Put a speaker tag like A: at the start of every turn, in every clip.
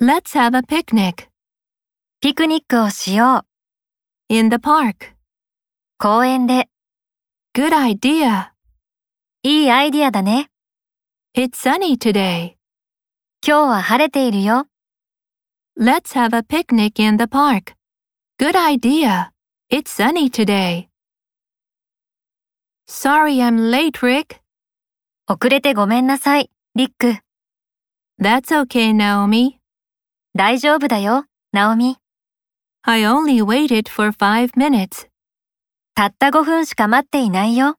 A: Let's have a picnic. ピクニックをしよう。In the park.
B: 公園で
A: Good idea.
B: いいアイディアだね。
A: It's sunny today.
B: 今日は晴れているよ。
A: Let's have a picnic in the park. Good idea. It's sunny today. Sorry I'm late, Rick.
B: 遅れてごめんなさい、リック。
A: That's okay, Naomi.
B: 大丈夫だよ、ナオミ。
A: I only waited for five minutes.
B: たった5分しか待っていないよ。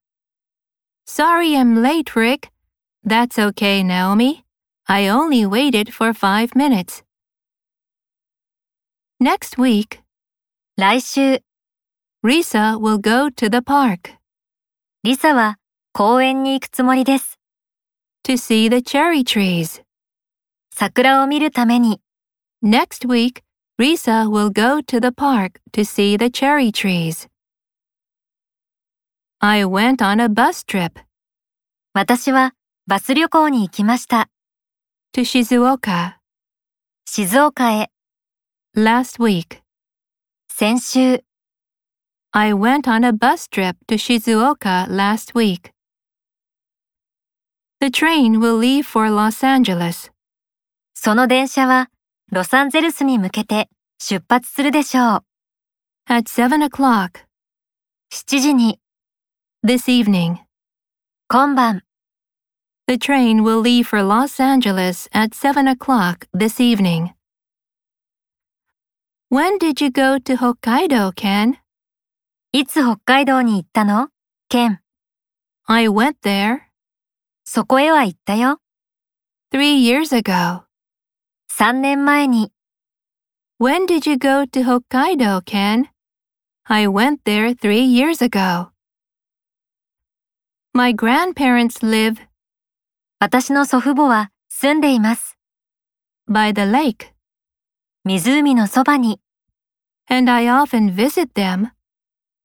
A: Sorry I'm late, Rick. That's okay, Naomi. I only waited for five minutes. Next week,
B: 来週、
A: Risa will go to the park
B: リサは公園に行くつもりです。
A: to see the cherry trees.
B: 桜を見るために、
A: Next week, Risa will go to the park to see the cherry trees. I went on a bus trip
B: 私はバス旅行に行きました。
A: to Shizuoka
B: 静岡へ、
A: last week.
B: 先週、
A: I went on a bus trip to Shizuoka last week. The train will leave for Los Angeles.
B: その電車はロサンゼルスに向けて出発するでしょう。
A: At 7 o'clock
B: 7時に、
A: this evening,
B: 今晩、
A: the train will leave for Los Angeles at 7 o'clock this evening. When did you go to Hokkaido, Ken?
B: いつ北海道に行ったのケン、
A: I went there
B: そこへは行ったよ。
A: three years ago.
B: 3年前に、
A: When did you go to Hokkaido, Ken? I went there three years ago. My grandparents live
B: 私の祖父母は住んでいます。
A: by the lake,
B: 湖のそばに、
A: and I often visit them.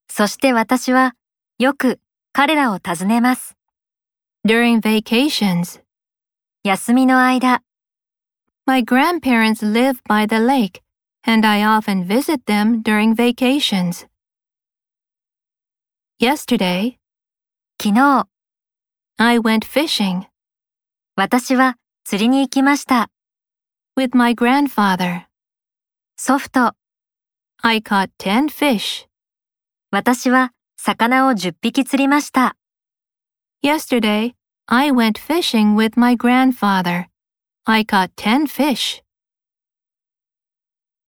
B: そして私は、よく彼らを訪ねます。
A: During vacations,
B: 休みの間、
A: my grandparents live by the lake, and I often visit them during vacations. Yesterday,
B: 昨日、
A: I went fishing
B: 私は釣りに行きました。
A: with my grandfather.
B: 祖父と、
A: I caught 10 fish.
B: 私は魚を10匹釣りました。
A: Yesterday, I went fishing with my grandfather. I caught 10 fish.